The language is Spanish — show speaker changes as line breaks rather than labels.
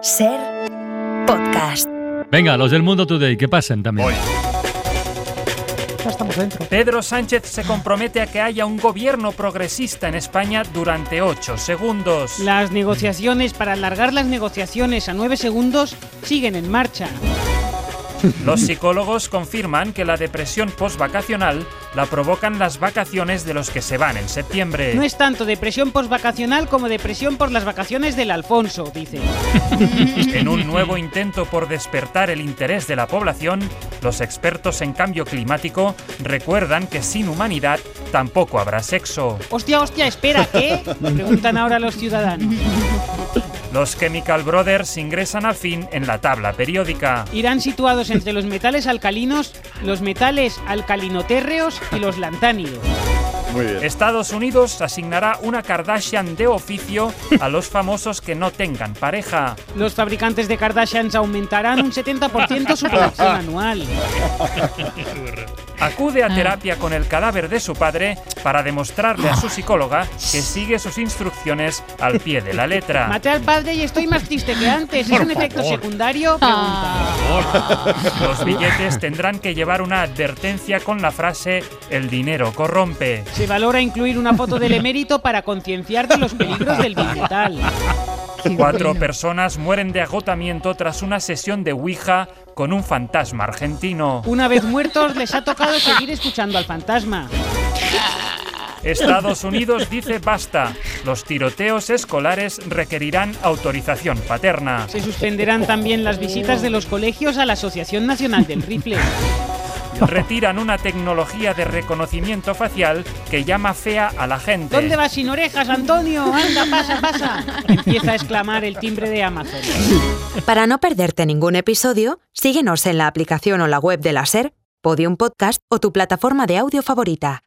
Ser podcast.
Venga, los del Mundo Today, que pasen también.
Voy.
Ya estamos dentro.
Pedro Sánchez se compromete a que haya un gobierno progresista en España durante ocho segundos.
Las negociaciones para alargar las negociaciones a nueve segundos siguen en marcha.
Los psicólogos confirman que la depresión postvacacional la provocan las vacaciones de los que se van en septiembre.
No es tanto depresión postvacacional como depresión por las vacaciones del Alfonso, dice.
En un nuevo intento por despertar el interés de la población, los expertos en cambio climático recuerdan que sin humanidad tampoco habrá sexo.
Hostia, hostia, espera, ¿qué? Preguntan ahora los ciudadanos.
Los Chemical Brothers ingresan al fin en la tabla periódica.
Irán situados entre los metales alcalinos, los metales alcalinotérreos y los lantánidos.
Muy bien.
Estados Unidos asignará una Kardashian de oficio a los famosos que no tengan pareja.
Los fabricantes de Kardashians aumentarán un 70% su producción anual.
Acude a terapia con el cadáver de su padre para demostrarle a su psicóloga que sigue sus instrucciones al pie de la letra.
Maté al padre y estoy más triste que antes. ¿Es un efecto secundario? Pregunta.
Los billetes tendrán que llevar una advertencia con la frase el dinero corrompe.
Se valora incluir una foto del emérito para concienciar de los peligros del billetal.
Cuatro personas mueren de agotamiento tras una sesión de Ouija con un fantasma argentino.
Una vez muertos, les ha tocado seguir escuchando al fantasma.
Estados Unidos dice basta. Los tiroteos escolares requerirán autorización paterna.
Se suspenderán también las visitas de los colegios a la Asociación Nacional del Rifle.
Retiran una tecnología de reconocimiento facial que llama fea a la gente.
¿Dónde vas sin orejas, Antonio? Anda, pasa, pasa. Empieza a exclamar el timbre de Amazon.
Para no perderte ningún episodio, síguenos en la aplicación o la web de la Ser, Podium Podcast o tu plataforma de audio favorita.